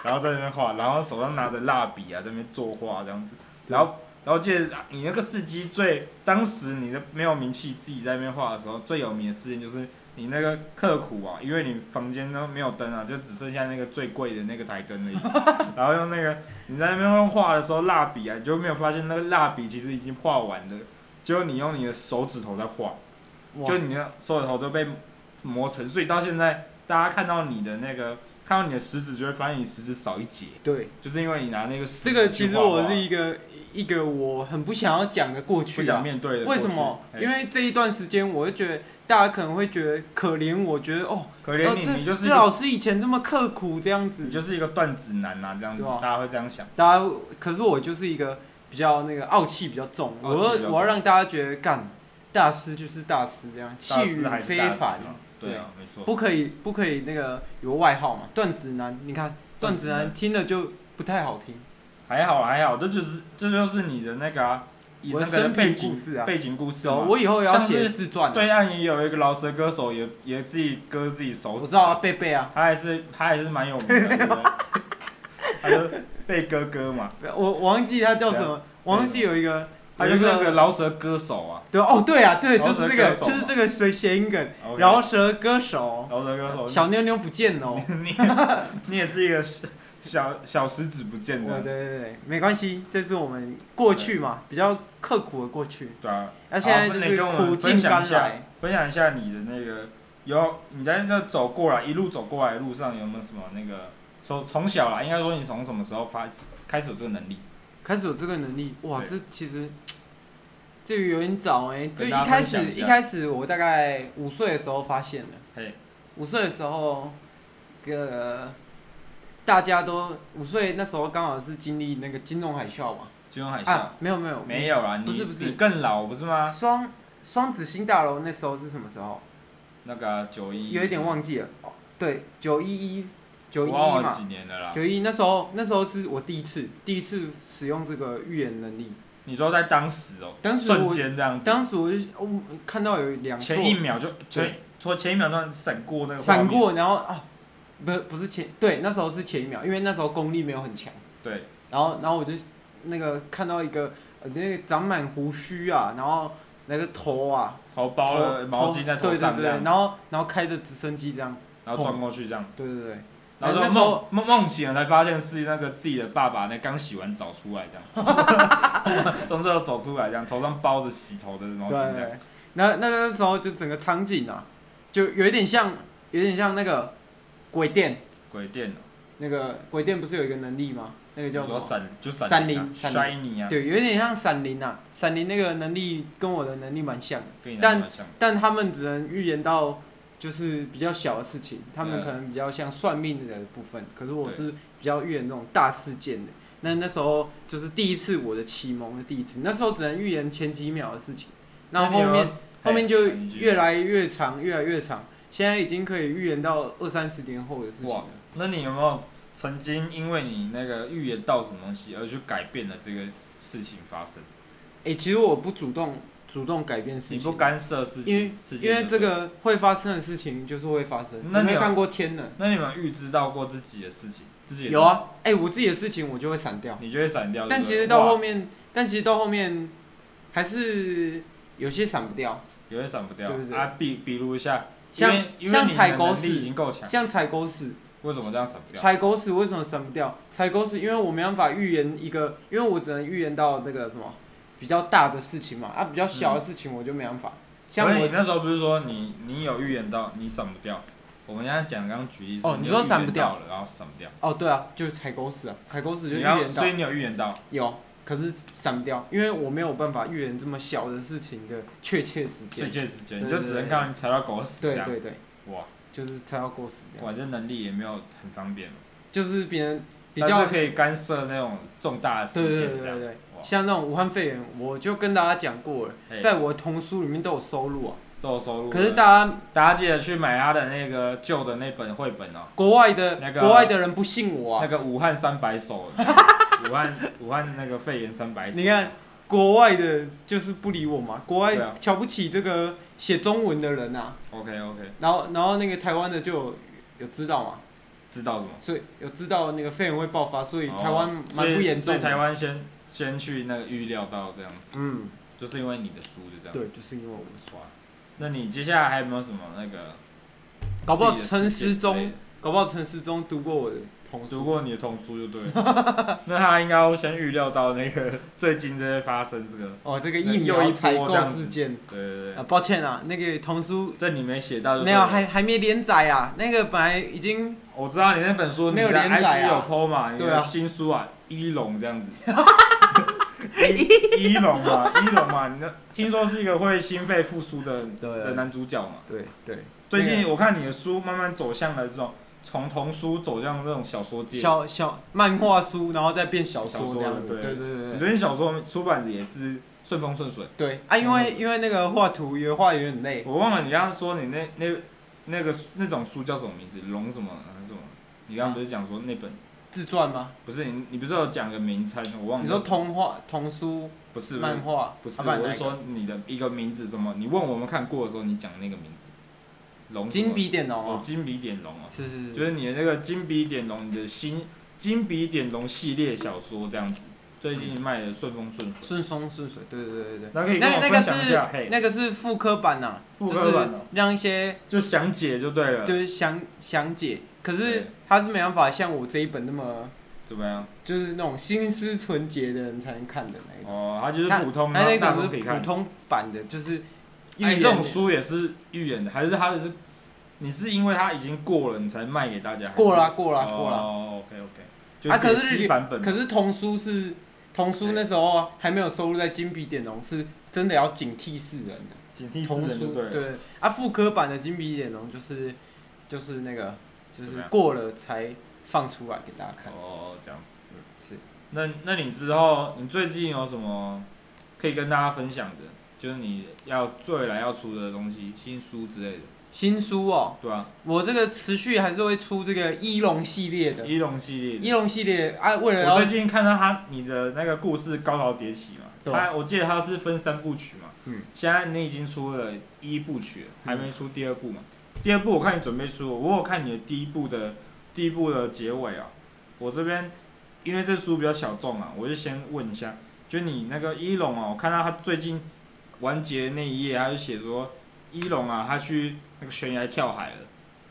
Speaker 1: 然后在那边画，然后手上拿着蜡笔啊，在那边作画这样子，
Speaker 2: 对
Speaker 1: 然后。然后记得你那个事迹最，当时你的没有名气，自己在那边画的时候，最有名的事情就是你那个刻苦啊，因为你房间都没有灯啊，就只剩下那个最贵的那个台灯而已。然后用那个你在那边画的时候，蜡笔啊，你就没有发现那个蜡笔其实已经画完了，结果你用你的手指头在画，
Speaker 2: 哇
Speaker 1: 就你的手指头都被磨成，所以到现在大家看到你的那个，看到你的食指，就会发现你食指少一截，
Speaker 2: 对，
Speaker 1: 就是因为你拿那个食指
Speaker 2: 这个
Speaker 1: 去
Speaker 2: 其实
Speaker 1: 画画
Speaker 2: 我是一个一个我很不想要讲的过
Speaker 1: 不
Speaker 2: 去
Speaker 1: 想
Speaker 2: 啊。
Speaker 1: 面对的过
Speaker 2: 为
Speaker 1: 去。
Speaker 2: 什么？
Speaker 1: 哎
Speaker 2: 因为这一段时间，我就觉得大家可能会觉得可怜，我觉得哦，
Speaker 1: 可怜
Speaker 2: 哦
Speaker 1: 你，
Speaker 2: 这
Speaker 1: 你就是一
Speaker 2: 这
Speaker 1: 个
Speaker 2: 老师以前这么刻苦这样子
Speaker 1: 你，就是一个断指男呐、啊，这样子
Speaker 2: 对啊
Speaker 1: 大家会这样想。
Speaker 2: 大家可是我就是一个比较那个傲气比较重，我
Speaker 1: 傲气比较
Speaker 2: 要
Speaker 1: 重
Speaker 2: 我要让大家觉得干大师就是大师这样，气
Speaker 1: 大
Speaker 2: 宇
Speaker 1: 师还是
Speaker 2: 非
Speaker 1: 大师
Speaker 2: 凡，
Speaker 1: 嘛对啊，没错。
Speaker 2: 不可以不可以那个有外号嘛，段子男，你看段
Speaker 1: 段
Speaker 2: 子
Speaker 1: 子男
Speaker 2: 男听了就不太好听，
Speaker 1: 还好还好，这就是这就是你的那个、啊、以
Speaker 2: 我
Speaker 1: 那
Speaker 2: 的
Speaker 1: 个
Speaker 2: 生
Speaker 1: 背
Speaker 2: 平
Speaker 1: 景
Speaker 2: 故事啊，
Speaker 1: 背景故事
Speaker 2: 哦
Speaker 1: 嘛。
Speaker 2: 我以后也要
Speaker 1: 像
Speaker 2: 写
Speaker 1: 是
Speaker 2: 自传啊，
Speaker 1: 对岸也有一个饶舌歌手也，也自己割自己手指。
Speaker 2: 我知道啊，贝贝啊，
Speaker 1: 他还是他还是蛮有名的，对不对他就贝哥哥嘛，
Speaker 2: 我我忘记他叫什
Speaker 1: 啊
Speaker 2: 么，我忘记有一个，
Speaker 1: 他
Speaker 2: 他
Speaker 1: 就是那
Speaker 2: 那
Speaker 1: 个饶舌歌手啊，
Speaker 2: 对哦对啊对，
Speaker 1: 饶
Speaker 2: 就
Speaker 1: 舌
Speaker 2: 是这个
Speaker 1: 歌手
Speaker 2: 就
Speaker 1: 嘛
Speaker 2: 是这个谐谐音梗，
Speaker 1: OK
Speaker 2: 饶舌歌手，
Speaker 1: 饶舌歌手，
Speaker 2: 小妞妞不见了哦，
Speaker 1: 你你也是一个小小小食指不见
Speaker 2: 对对
Speaker 1: 的，
Speaker 2: 对对，没关系，这是我们过去嘛，比较刻苦的过去，
Speaker 1: 对啊。
Speaker 2: 那现在
Speaker 1: 好
Speaker 2: 就
Speaker 1: 那你
Speaker 2: 是
Speaker 1: 跟我们
Speaker 2: 苦
Speaker 1: 分
Speaker 2: 尽
Speaker 1: 享
Speaker 2: 甘
Speaker 1: 一下
Speaker 2: 来，，
Speaker 1: 分享一下你的那个有你在这走过来一路走过来的路上有没有什么那个从从小啦，应该说你从什么时候发始开始有这个能力？
Speaker 2: 开始有这个能力，哇，
Speaker 1: 对
Speaker 2: 这其实。这有点早哎、就
Speaker 1: 跟
Speaker 2: 一
Speaker 1: 大家
Speaker 2: 开
Speaker 1: 分享
Speaker 2: 始
Speaker 1: 一下
Speaker 2: 一开始我大概五岁的时候发现的，
Speaker 1: 嘿，
Speaker 2: 五岁的时候，呃，大家都五岁那时候刚好是经历那个金融海啸嘛。
Speaker 1: 金融海啸
Speaker 2: 啊，没有没有
Speaker 1: 没有啊啦，你
Speaker 2: 不是不是
Speaker 1: 你更老不是吗？
Speaker 2: 双双子星大楼那时候是什么时候？
Speaker 1: 那个九一
Speaker 2: 有一点，忘记了。哦对，九一一九
Speaker 1: 我
Speaker 2: 一一
Speaker 1: 忘了
Speaker 2: 嘛
Speaker 1: 几，年了啦。
Speaker 2: 九一那时候那时候是我第一次第一次使用这个预言能力。
Speaker 1: 你说在当时哦、
Speaker 2: 当时
Speaker 1: 瞬
Speaker 2: 我
Speaker 1: 间这样子，
Speaker 2: 当时我就哦看到有两座
Speaker 1: 前一秒就前
Speaker 2: 对
Speaker 1: 说前一秒钟闪过那个画
Speaker 2: 闪
Speaker 1: 面，
Speaker 2: 过，然后啊，不不是前对那时候是前一秒，因为那时候功力没有很强。
Speaker 1: 对，
Speaker 2: 然后然后我就那个看到一个呃那个长满胡须啊，然后那个头啊，
Speaker 1: 头包了
Speaker 2: 头
Speaker 1: 哦毛巾在头
Speaker 2: 对对
Speaker 1: 上
Speaker 2: 对，
Speaker 1: 这样，
Speaker 2: 然后然后开着直升机这样，
Speaker 1: 然后撞过去这样，
Speaker 2: 对对对，
Speaker 1: 然
Speaker 2: 那
Speaker 1: 后就
Speaker 2: 那时
Speaker 1: 梦
Speaker 2: 候
Speaker 1: 梦梦醒了才发现是那个自己的爸爸那刚洗完澡出来这 样，从这头走出来这样，头上包着洗头的毛
Speaker 2: 对
Speaker 1: 巾这
Speaker 2: 对
Speaker 1: 样，
Speaker 2: 对，那那那时候就整个场景啊，就有一点像有点像那个鬼店，
Speaker 1: 鬼店哦，
Speaker 2: 那个鬼店不是有一个能力吗？那个
Speaker 1: 你
Speaker 2: 叫什么？
Speaker 1: 说闪就
Speaker 2: 闪
Speaker 1: 灵啊
Speaker 2: 灵闪
Speaker 1: 摔你啊，
Speaker 2: 对，有点像闪灵啊，闪灵那个能力跟我的能力蛮像的，
Speaker 1: 跟你
Speaker 2: 但
Speaker 1: 蛮像的，
Speaker 2: 但他们只能预言到就是比较小的事情，他们
Speaker 1: 嗯
Speaker 2: 可能比较像算命的部分，可是我
Speaker 1: 对
Speaker 2: 是比较预言那种大事件的。那那时候就是第一次我的启蒙的第一次，那时候只能预言前几秒的事情，然后后
Speaker 1: 那你有
Speaker 2: 面后面就
Speaker 1: 嘿你继续
Speaker 2: 越来越长，越来越长，现在已经可以预言到二三十年后的事情
Speaker 1: 哇
Speaker 2: 了。
Speaker 1: 那你有没有曾经因为你那个预言到什么东西而去改变了这个事情发生，
Speaker 2: 哎、其实我不主动主动改变事情，啊
Speaker 1: 你不干涉事
Speaker 2: 因为
Speaker 1: 情，事情
Speaker 2: 因为
Speaker 1: 的
Speaker 2: 这
Speaker 1: 发生，
Speaker 2: 个会发生的事情就是会发生，
Speaker 1: 那
Speaker 2: 你
Speaker 1: 你
Speaker 2: 没
Speaker 1: 有
Speaker 2: 看过天呢？
Speaker 1: 那你们预知到过自己的事情，自己的
Speaker 2: 有，啊，哎、我自己的事情我就会闪掉，
Speaker 1: 你就会闪掉。
Speaker 2: 但
Speaker 1: 对不啊
Speaker 2: 其
Speaker 1: 对
Speaker 2: 实到
Speaker 1: 哇
Speaker 2: 后面，但其实到后面还是有些闪不掉，
Speaker 1: 有些闪不掉
Speaker 2: 对对对
Speaker 1: 啊，比比如一下，因
Speaker 2: 像
Speaker 1: 为因为
Speaker 2: 像
Speaker 1: 你的
Speaker 2: 踩
Speaker 1: 能
Speaker 2: 狗
Speaker 1: 力
Speaker 2: 屎
Speaker 1: 已经够强，
Speaker 2: 像踩狗屎，
Speaker 1: 为什么这样闪不掉？
Speaker 2: 踩狗屎为什么闪不掉？踩狗屎，因为我没办法预言一个，因为我只能预言到那个什么比较大的事情嘛，啊，比较小的事情我就没办法。像
Speaker 1: 嗯所以你
Speaker 2: 我
Speaker 1: 那时候不是说你你有预言到你闪不掉？我们现在讲刚刚举例是
Speaker 2: 哦你
Speaker 1: 你
Speaker 2: 说
Speaker 1: 有预
Speaker 2: 闪
Speaker 1: 言
Speaker 2: 不掉
Speaker 1: 到了，然后闪不掉，
Speaker 2: 哦，对啊，就是踩狗屎啊，踩狗屎就预
Speaker 1: 你要
Speaker 2: 言到
Speaker 1: 所以你有预言到，
Speaker 2: 有，可是闪不掉，因为我没有办法预言这么小的事情的确切时
Speaker 1: 最
Speaker 2: 间。
Speaker 1: 确时间
Speaker 2: 对
Speaker 1: 你
Speaker 2: 对
Speaker 1: 就只能
Speaker 2: 对
Speaker 1: 靠你踩到狗屎这
Speaker 2: 对
Speaker 1: 样，
Speaker 2: 对对，
Speaker 1: 哇
Speaker 2: 就是踩到狗屎这样，
Speaker 1: 哇，这能力也没有很方便，
Speaker 2: 就是别人比
Speaker 1: 但
Speaker 2: 较
Speaker 1: 是可以干涉那种重大的事
Speaker 2: 对对对
Speaker 1: 件这
Speaker 2: 对
Speaker 1: 样，
Speaker 2: 对，
Speaker 1: 哇，哎
Speaker 2: 像那种武汉肺炎，我就跟大家讲过了，
Speaker 1: 嘿
Speaker 2: 在我的童书里面都有收录啊。
Speaker 1: 都有收入了。
Speaker 2: 可是大家
Speaker 1: 大家记得去买他的那个旧的那本绘本哦，
Speaker 2: 国外的
Speaker 1: 那个
Speaker 2: 国外的人不信我
Speaker 1: 那
Speaker 2: 啊，
Speaker 1: 个武汉三 百首，武汉武汉那个肺炎三百首，
Speaker 2: 你看国外的就是不理我嘛，国
Speaker 1: 对
Speaker 2: 外
Speaker 1: 啊
Speaker 2: 瞧不起这个写中文的人啊。
Speaker 1: ，OK OK，
Speaker 2: 然后然后那个台湾的就有有知道嘛，
Speaker 1: 知道什么？
Speaker 2: 所以有知道那个肺炎会爆发，所以
Speaker 1: 哦
Speaker 2: 台湾蛮不严
Speaker 1: 所以所
Speaker 2: 重
Speaker 1: 以台
Speaker 2: 的。
Speaker 1: 湾先先去那个预料到这样子，
Speaker 2: 嗯，
Speaker 1: 就是因为你的书就这样。
Speaker 2: 对，就是因为我们
Speaker 1: 哇，那你接下来还有没有什么那个？
Speaker 2: 搞不好
Speaker 1: 自己的
Speaker 2: 陈
Speaker 1: 事件
Speaker 2: 思
Speaker 1: 之类
Speaker 2: 忠
Speaker 1: 的，
Speaker 2: 搞不好陈思忠读过我的童
Speaker 1: 读
Speaker 2: 书，
Speaker 1: 过你的童书就对了。那他应该要先预料到那个最近这些发生这个，
Speaker 2: 哦，这个
Speaker 1: 那
Speaker 2: 疫
Speaker 1: 又
Speaker 2: 苗
Speaker 1: 一波
Speaker 2: 采购
Speaker 1: 这样子
Speaker 2: 事件
Speaker 1: 对对
Speaker 2: 啊，
Speaker 1: 对，
Speaker 2: 抱歉啊，那个童书
Speaker 1: 这你没写到就
Speaker 2: 没
Speaker 1: 对
Speaker 2: 有，啊
Speaker 1: 了
Speaker 2: 还还没连载啊。那个本来已经
Speaker 1: 我知道你那本书，你
Speaker 2: 没有
Speaker 1: 的
Speaker 2: 连载
Speaker 1: IG 有
Speaker 2: 啊
Speaker 1: PO 嘛？你
Speaker 2: 对啊
Speaker 1: 的新书啊，一龙这样 子。一一龙嘛，一龙嘛，你的听说是一个会心肺复苏的
Speaker 2: 对
Speaker 1: 的男主角嘛。
Speaker 2: 对对
Speaker 1: 最近我看你的书慢慢走向了这种从童书走向这种小说界。
Speaker 2: 小小漫画书，然后再变小
Speaker 1: 小
Speaker 2: 说这
Speaker 1: 说
Speaker 2: 样
Speaker 1: 了
Speaker 2: 子。对对
Speaker 1: 对
Speaker 2: 对
Speaker 1: 你
Speaker 2: 对
Speaker 1: 最近小说出版的也是顺风顺水。
Speaker 2: 对啊，因为因为那个画图也画得有点累，
Speaker 1: 我忘了你刚刚说你那那那个那种书叫什么名字？龙什么还是什么？你刚刚不是讲说那本
Speaker 2: 自传吗？
Speaker 1: 不是你你不是有讲个名称？我忘了
Speaker 2: 你
Speaker 1: 叫什么。
Speaker 2: 说童话童书
Speaker 1: 不是不是
Speaker 2: 漫画
Speaker 1: 不是，
Speaker 2: 啊然
Speaker 1: 我
Speaker 2: 哪
Speaker 1: 是
Speaker 2: 一个
Speaker 1: 说你的一个名字什么？你问我们看过的时候，你讲那个名字，龙什么
Speaker 2: 金笔点
Speaker 1: 哦
Speaker 2: 哦，，
Speaker 1: 金笔点龙哦，
Speaker 2: 是是，
Speaker 1: 就是是你的那个金笔点龙，你的新金笔点龙系列小说这样子，最近卖的顺风顺水。
Speaker 2: 顺风顺水，对对对对对。
Speaker 1: 那可以跟
Speaker 2: 那
Speaker 1: 我
Speaker 2: 那个
Speaker 1: 分享一
Speaker 2: 是
Speaker 1: 下，嘿，
Speaker 2: 那个是复刻版呐，
Speaker 1: 复
Speaker 2: 就
Speaker 1: 刻
Speaker 2: 是
Speaker 1: 版哦
Speaker 2: 让一些
Speaker 1: 就详解就对了
Speaker 2: 就，是详详解，可是
Speaker 1: 对
Speaker 2: 它是没办法像我这一本那么
Speaker 1: 怎么样？
Speaker 2: 就是那种心思纯洁的人才能看的那一种。
Speaker 1: 哦，它就是普通，
Speaker 2: 它
Speaker 1: 然后
Speaker 2: 那
Speaker 1: 大
Speaker 2: 种
Speaker 1: 众
Speaker 2: 是
Speaker 1: 可以
Speaker 2: 普
Speaker 1: 看。
Speaker 2: 通版的，就是预
Speaker 1: 哎，
Speaker 2: 言
Speaker 1: 你这种书也是预言的，还是它是你是因为它已经过了，你才卖给大家？还是
Speaker 2: 过啦啊过啦过啦。
Speaker 1: 哦，OK OK，
Speaker 2: 啊
Speaker 1: 就
Speaker 2: 可
Speaker 1: 解
Speaker 2: 是
Speaker 1: 析版本嘛。
Speaker 2: 可是童书是童书
Speaker 1: 对
Speaker 2: 那时候还没有收录在金笔典容，是真的要警惕世人的。
Speaker 1: 警惕世
Speaker 2: 童
Speaker 1: 人就
Speaker 2: 书
Speaker 1: 对了。
Speaker 2: 对啊，复刻版的金笔典容就是就是那个就
Speaker 1: 怎么
Speaker 2: 是
Speaker 1: 样
Speaker 2: 过了才放出来给大家看。
Speaker 1: 哦，这样子。
Speaker 2: 嗯，是
Speaker 1: 那那你之后，你最近有什么可以跟大家分享的？就是你要未来要出的东西，新书之类的，
Speaker 2: 新书哦，
Speaker 1: 对啊，
Speaker 2: 我这个持续还是会出这个一龙系列的。
Speaker 1: 一龙系
Speaker 2: 一
Speaker 1: 列的。
Speaker 2: 龙系列啊，为了
Speaker 1: 我最
Speaker 2: 要
Speaker 1: 近看到他你的那个故事高潮迭起嘛，
Speaker 2: 对啊
Speaker 1: 他我记得他是分三部曲嘛，
Speaker 2: 嗯，
Speaker 1: 现在你已经出了一部曲了，还
Speaker 2: 嗯
Speaker 1: 没出第二部嘛？第二部我看你准备出，我有看你的第一部的第一部的结尾啊，我这边因为这书比较小众啊，我就先问一下，就你那个一龙啊，我看到他最近完结那一页，他就写说一龙啊，他去那个悬崖跳海了，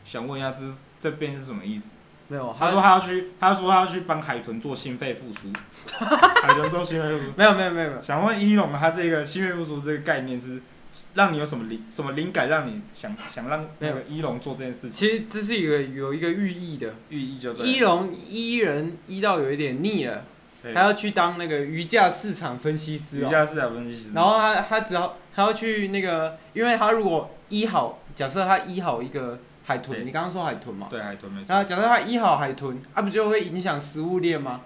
Speaker 1: 想问一下这是这边是什么意思？
Speaker 2: 没有，
Speaker 1: 他说他要去，他说他要去帮海豚做心肺复苏，海豚做心肺复苏。
Speaker 2: 没有没有没有没有，
Speaker 1: 想问一龙，他这个心肺复苏这个概念是让你有什么灵什么灵感，让你想想让那个一龙做这件事情，
Speaker 2: 其实这是一个有一个寓意的。
Speaker 1: 寓意就对
Speaker 2: 一
Speaker 1: 了。
Speaker 2: 龙一人一到有一点腻了，
Speaker 1: 对
Speaker 2: 他要去当那个瑜伽市场分析师
Speaker 1: 瑜
Speaker 2: 哦。
Speaker 1: 伽市场分析师，
Speaker 2: 然后他他只要他要去那个，因为他如果医好，假设他医好一个海
Speaker 1: 对
Speaker 2: 豚，你刚刚说海豚嘛，
Speaker 1: 对海豚没
Speaker 2: 然后
Speaker 1: 错，
Speaker 2: 假设他医好海豚，啊不就会影响食物链吗？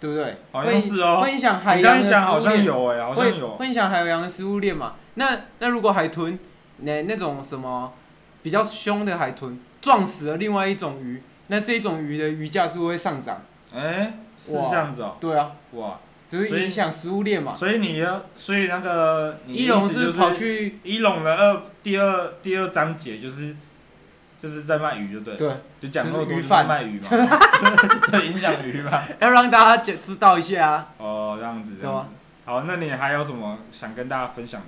Speaker 2: 对不对？
Speaker 1: 好像是哦
Speaker 2: 会会影响海
Speaker 1: 你刚
Speaker 2: 洋的食物
Speaker 1: 一
Speaker 2: 链。
Speaker 1: 讲好像有哎、好像
Speaker 2: 会
Speaker 1: 有。
Speaker 2: 会影响海洋的食物链嘛？那那如果海豚那那种什么比较凶的海豚撞死了另外一种鱼，那这种鱼的鱼价是不是会上涨？
Speaker 1: 哎、是这样子哦、
Speaker 2: 对啊，
Speaker 1: 哇，
Speaker 2: 只
Speaker 1: 所
Speaker 2: 是
Speaker 1: 以
Speaker 2: 影响食物链嘛。
Speaker 1: 所以你要，所以那个你的
Speaker 2: 一
Speaker 1: 意
Speaker 2: 龙
Speaker 1: 思就是
Speaker 2: 跑去
Speaker 1: 一龙的二第二第二章节就是就是在卖鱼，就对了，
Speaker 2: 对，
Speaker 1: 就讲那么多
Speaker 2: 就是
Speaker 1: 就
Speaker 2: 鱼
Speaker 1: 是
Speaker 2: 贩
Speaker 1: 卖 鱼嘛，影响鱼嘛。
Speaker 2: 要让大家解知道一下啊。
Speaker 1: 哦，这样子，这
Speaker 2: 对
Speaker 1: 样
Speaker 2: 啊
Speaker 1: 子。好，那你还有什么想跟大家分享的？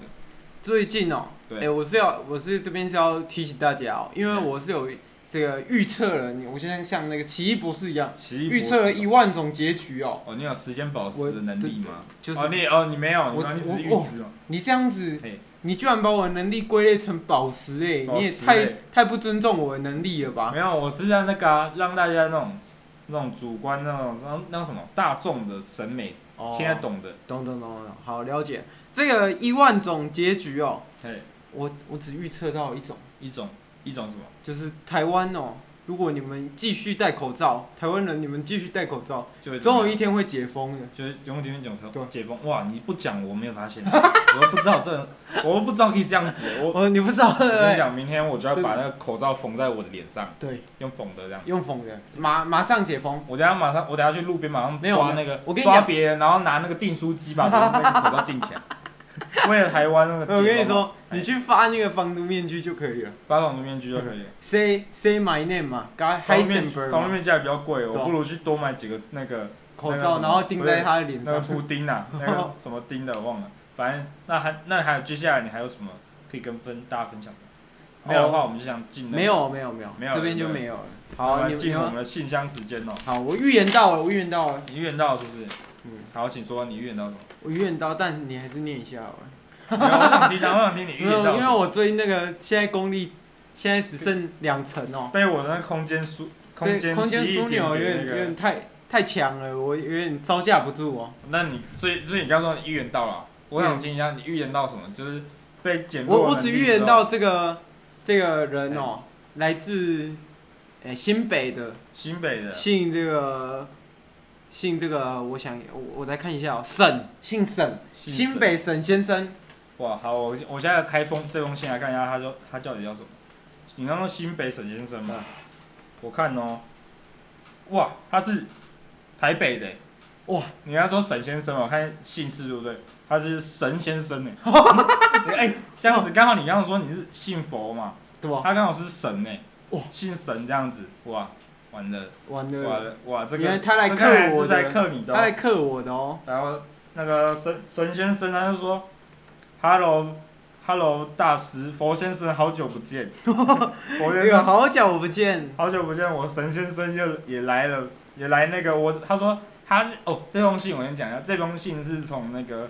Speaker 2: 最近哦、
Speaker 1: 对
Speaker 2: 哎、我是要，我是这边是要提醒大家哦、因为
Speaker 1: 嗯
Speaker 2: 我是有这个预测了，你我现在像那个奇异博士一样，
Speaker 1: 奇异博
Speaker 2: 预
Speaker 1: 士
Speaker 2: 测了一万种结局哦、
Speaker 1: 哦，你有时间宝石的能力吗？
Speaker 2: 就是
Speaker 1: 哦，你哦，你没有，
Speaker 2: 我
Speaker 1: 你没有你只是预
Speaker 2: 我
Speaker 1: 知嘛。
Speaker 2: 你这样子
Speaker 1: 嘿，
Speaker 2: 你居然把我的能力归类成宝石哎、
Speaker 1: 宝
Speaker 2: 你也
Speaker 1: 石
Speaker 2: 太
Speaker 1: 类
Speaker 2: 太不尊重我的能力了吧？
Speaker 1: 没有，我是让那个啊让大家那种那种主观那种那那种什么大众的审美
Speaker 2: 哦
Speaker 1: 听得懂的。
Speaker 2: 懂懂懂懂，懂好了解这个一万种结局哦、
Speaker 1: 嘿，
Speaker 2: 我我只预测到一种，
Speaker 1: 一种一种什么？
Speaker 2: 就是台湾哦、如果你们继续戴口罩，台湾人你们继续戴口罩，
Speaker 1: 就
Speaker 2: 总有一天会解封的。
Speaker 1: 就是永久解
Speaker 2: 对
Speaker 1: 封解封。哇，你不讲我没有发现， 我都不知道这，我都不知道可以这样子。我
Speaker 2: 哦，你不知道对
Speaker 1: 我
Speaker 2: 不
Speaker 1: 跟你
Speaker 2: 对？
Speaker 1: 讲，明天我就要把那个口罩缝在我的脸上，
Speaker 2: 对，
Speaker 1: 用缝的这样。
Speaker 2: 用缝的，马马上解封。
Speaker 1: 我等下马上，我等下去路边马上
Speaker 2: 没有
Speaker 1: 抓那个，
Speaker 2: 我跟你
Speaker 1: 抓
Speaker 2: 讲
Speaker 1: 别人，然后拿那个订 书机把别人那个口罩订起来。为了台湾那个解
Speaker 2: 我
Speaker 1: 封，
Speaker 2: 跟你说，
Speaker 1: 哎
Speaker 2: 你去发那个防毒面具就可以了。
Speaker 1: 发防毒面具就可以了。
Speaker 2: Say say my name 嘛，刚
Speaker 1: 防毒面具
Speaker 2: Heisenberg
Speaker 1: 防
Speaker 2: 嘛
Speaker 1: 毒面具还比较贵，
Speaker 2: 对
Speaker 1: 我
Speaker 2: 啊
Speaker 1: 不如去多买几个那个
Speaker 2: 口
Speaker 1: 那个什
Speaker 2: 罩，
Speaker 1: 么
Speaker 2: 然后钉在他的脸
Speaker 1: 那个
Speaker 2: 上。
Speaker 1: 布丁 啊，那个什么丁的我忘了。反正那还那还有接下来你还有什么可以跟分大家分享的？没有的话，我们就想进那个
Speaker 2: 没，有没有没有
Speaker 1: 没有，
Speaker 2: 这边就没有了。好，
Speaker 1: 我
Speaker 2: 你
Speaker 1: 们
Speaker 2: 们你
Speaker 1: 进我们
Speaker 2: 们
Speaker 1: 的信箱时间哦。
Speaker 2: 好，我预言到了，我预言到了，
Speaker 1: 你预言到了是不是？
Speaker 2: 嗯，
Speaker 1: 好，请说你预言到了什么？
Speaker 2: 我预言到，但你还是念一下好了。
Speaker 1: 没有我想听啊，我想听你预
Speaker 2: 因
Speaker 1: 言
Speaker 2: 为
Speaker 1: 到了什么。
Speaker 2: 因为我最近那个现在功力现在只剩两层哦，
Speaker 1: 被我的那空间枢
Speaker 2: 对，
Speaker 1: 间
Speaker 2: 空间
Speaker 1: 记忆
Speaker 2: 枢纽有
Speaker 1: 点
Speaker 2: 点
Speaker 1: 给
Speaker 2: 有
Speaker 1: 那个，
Speaker 2: 点太太强了，我有点招架不住哦。
Speaker 1: 那你所以所以你刚刚说你预言到了，我想听一下你预言到什么，就是被减
Speaker 2: 嗯
Speaker 1: 弱
Speaker 2: 我
Speaker 1: 的哦
Speaker 2: 我
Speaker 1: 能
Speaker 2: 只
Speaker 1: 力
Speaker 2: 预
Speaker 1: 之
Speaker 2: 言
Speaker 1: 后
Speaker 2: 到这个这个人
Speaker 1: 哎
Speaker 2: 哦，来自呃新北的，
Speaker 1: 新北的
Speaker 2: 姓这个姓这个，我想我我来看一下哦，沈姓沈，新
Speaker 1: 神
Speaker 2: 北沈先生，
Speaker 1: 哇，好，我我现在开封这封信来看一下，他说他到底叫什么？你刚刚说新北沈先生吗？我看哦，哇，他是台北的，欸
Speaker 2: 哇，
Speaker 1: 你刚刚说沈先生哦嘛，我看姓氏对不对？他是神先 生呢，哎、这样子刚好你刚刚说你是信佛嘛，
Speaker 2: 对吧？
Speaker 1: 他刚好是神呢、
Speaker 2: 哇
Speaker 1: 姓神这样子，哇，完了，
Speaker 2: 完
Speaker 1: 哇
Speaker 2: 了，
Speaker 1: 了，哇，这
Speaker 2: 原来
Speaker 1: 个
Speaker 2: 他来
Speaker 1: 这
Speaker 2: 克
Speaker 1: 看来
Speaker 2: 我
Speaker 1: 是在
Speaker 2: 的，
Speaker 1: 克你的
Speaker 2: 他来
Speaker 1: 哦。
Speaker 2: 克我的哦，
Speaker 1: 然后那个神神先生他就说，Hello。Hello，大师佛先生，好久 不见。佛
Speaker 2: 哎
Speaker 1: 先
Speaker 2: 呦，
Speaker 1: 生，
Speaker 2: 好久不见，
Speaker 1: 好久不见，我神先生又也来了，也来那个我。他说他是哦，这封信我先讲一下，这封信是从那个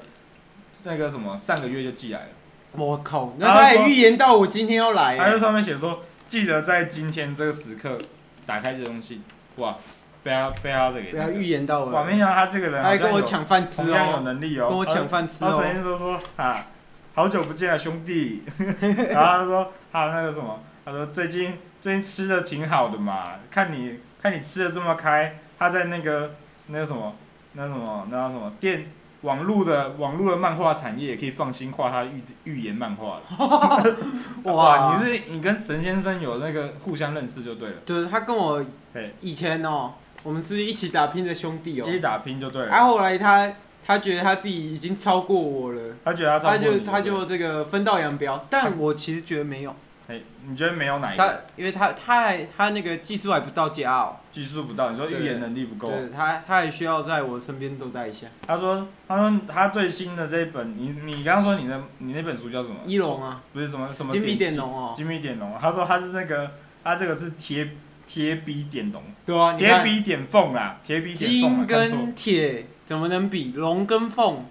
Speaker 1: 那个什么上个月就寄来了。
Speaker 2: 我靠，那
Speaker 1: 然后
Speaker 2: 他
Speaker 1: 说
Speaker 2: 也预言到我今天要来
Speaker 1: 还
Speaker 2: 欸
Speaker 1: 有，上面写说，记得在今天这个时刻打开这封信。哇，被他被他的给、
Speaker 2: 哎不
Speaker 1: 那
Speaker 2: 要
Speaker 1: 个
Speaker 2: 预言到
Speaker 1: 哇，
Speaker 2: 我
Speaker 1: 没，想到他这个人
Speaker 2: 他
Speaker 1: 好
Speaker 2: 还
Speaker 1: 像
Speaker 2: 跟我
Speaker 1: 有
Speaker 2: 抢饭吃
Speaker 1: 同样有
Speaker 2: 哦，
Speaker 1: 能力哦，
Speaker 2: 跟我抢
Speaker 1: 他。
Speaker 2: 饭吃
Speaker 1: 他首
Speaker 2: 哦，
Speaker 1: 先就说啊，好久不见啊，兄弟。然后他说他那个什么，他说最近最近吃的挺好的嘛，看你看你吃的这么开，他在那个那个什么那什么那什么电网络的网络的漫画产业也可以放心画他的预预言漫画了。 哇，你
Speaker 2: 是
Speaker 1: 是你跟神先生有那个互相认识就对了，
Speaker 2: 对，他跟我
Speaker 1: 嘿
Speaker 2: 以前哦，我们是一起打拼的兄弟哦
Speaker 1: 一，起打拼就对了。
Speaker 2: 啊，后来他他觉得他自己已经超过我了，
Speaker 1: 他觉得他超
Speaker 2: 他
Speaker 1: 过你
Speaker 2: 就
Speaker 1: 对不对
Speaker 2: 他就这个分道扬镳，但我其实觉得没有，
Speaker 1: 嘿，你觉得没有哪一
Speaker 2: 他
Speaker 1: 个
Speaker 2: 因为他他还他那个技术还不到家哦，
Speaker 1: 技术不到？你说预言能力不够？
Speaker 2: 对他他还需要在我身边多待一下。
Speaker 1: 他说他说他最新的这一本，你你刚刚说你的你那本书叫什么？
Speaker 2: 一龙啊，
Speaker 1: 不是什么哦什么
Speaker 2: 金币点
Speaker 1: 记
Speaker 2: 龙哦，
Speaker 1: 金币点龙。啊他说他是那个他这个是贴贴逼点龙，
Speaker 2: 对啊，你
Speaker 1: 贴
Speaker 2: 看
Speaker 1: 逼点凤啦，贴逼点凤
Speaker 2: 金
Speaker 1: 啦，看错。
Speaker 2: 跟铁怎么能比？龙跟凤，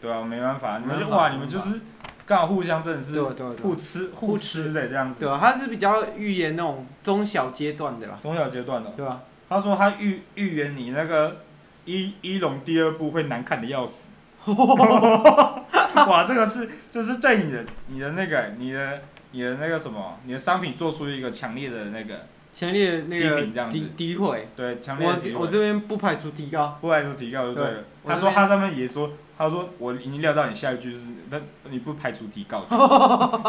Speaker 1: 对啊，没办法，你们就
Speaker 2: 没办法
Speaker 1: 哇，你们就是刚好互相真的
Speaker 2: 对啊
Speaker 1: 是
Speaker 2: 对啊对
Speaker 1: 互
Speaker 2: 啊
Speaker 1: 吃互吃的这样子
Speaker 2: 对。啊，他是比较预言那种中小阶段的啦，
Speaker 1: 中小阶段的，
Speaker 2: 对啊吧？
Speaker 1: 他说他预预言你那个一一龙第二部会难看的 要死。哇，这个是这是对你的你的那个你的你的那个什么你的商品做出一个强烈的那个
Speaker 2: 强烈的那个
Speaker 1: 批评这样子
Speaker 2: 诋诋毁，
Speaker 1: 对强烈的诋
Speaker 2: 我我
Speaker 1: 毁，
Speaker 2: 这边不排除提高，
Speaker 1: 不排除提高就对了
Speaker 2: 对。我
Speaker 1: 他
Speaker 2: 这
Speaker 1: 说
Speaker 2: 边
Speaker 1: 他上面也说，他说我已经料到你下一句就是，那你 不排除提高。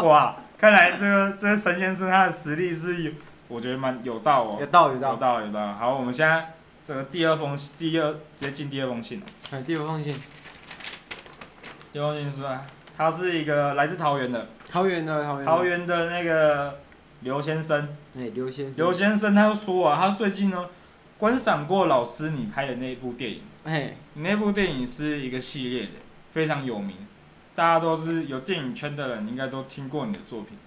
Speaker 1: 哇，看来这个这个神先生他的实力是有我觉得蛮有道哦，
Speaker 2: 有道有
Speaker 1: 有
Speaker 2: 道。
Speaker 1: 道有道。好，我们现在这个第二封信第二直接进第二封信了。
Speaker 2: 哎，第五封信，
Speaker 1: 第二封信是吧？他是一个来自桃园的，
Speaker 2: 桃园的桃园的。
Speaker 1: 桃园的那个刘先生。
Speaker 2: 哎，刘先生。
Speaker 1: 刘先生他就说啊，他最近呢观赏过老师你拍的那一部电影，
Speaker 2: 哎，
Speaker 1: 你那部电影是一个系列的，非常有名，大家都是有电影圈的人应该都听过你的作品，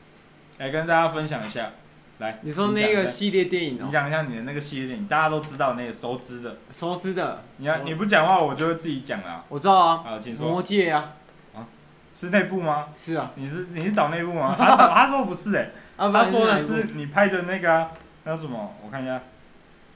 Speaker 1: 来跟大家分享一下。来，
Speaker 2: 你说那
Speaker 1: 你讲一
Speaker 2: 个
Speaker 1: 下
Speaker 2: 系列电影
Speaker 1: 你
Speaker 2: 哦，
Speaker 1: 讲一下你的那个系列电影，大家都知道，那个熟知的。
Speaker 2: 熟知的。
Speaker 1: 你要
Speaker 2: 我
Speaker 1: 你不讲话，我就会自己讲了。
Speaker 2: 我知道啊，
Speaker 1: 好，请说，
Speaker 2: 魔戒啊，
Speaker 1: 是那部吗？
Speaker 2: 是啊，
Speaker 1: 你是你是导那 部吗？他导他说不是哎、
Speaker 2: 啊，不
Speaker 1: 他
Speaker 2: 然
Speaker 1: 说
Speaker 2: 哪
Speaker 1: 的
Speaker 2: 一部
Speaker 1: 是你拍的那个啊、那什么，我看一下，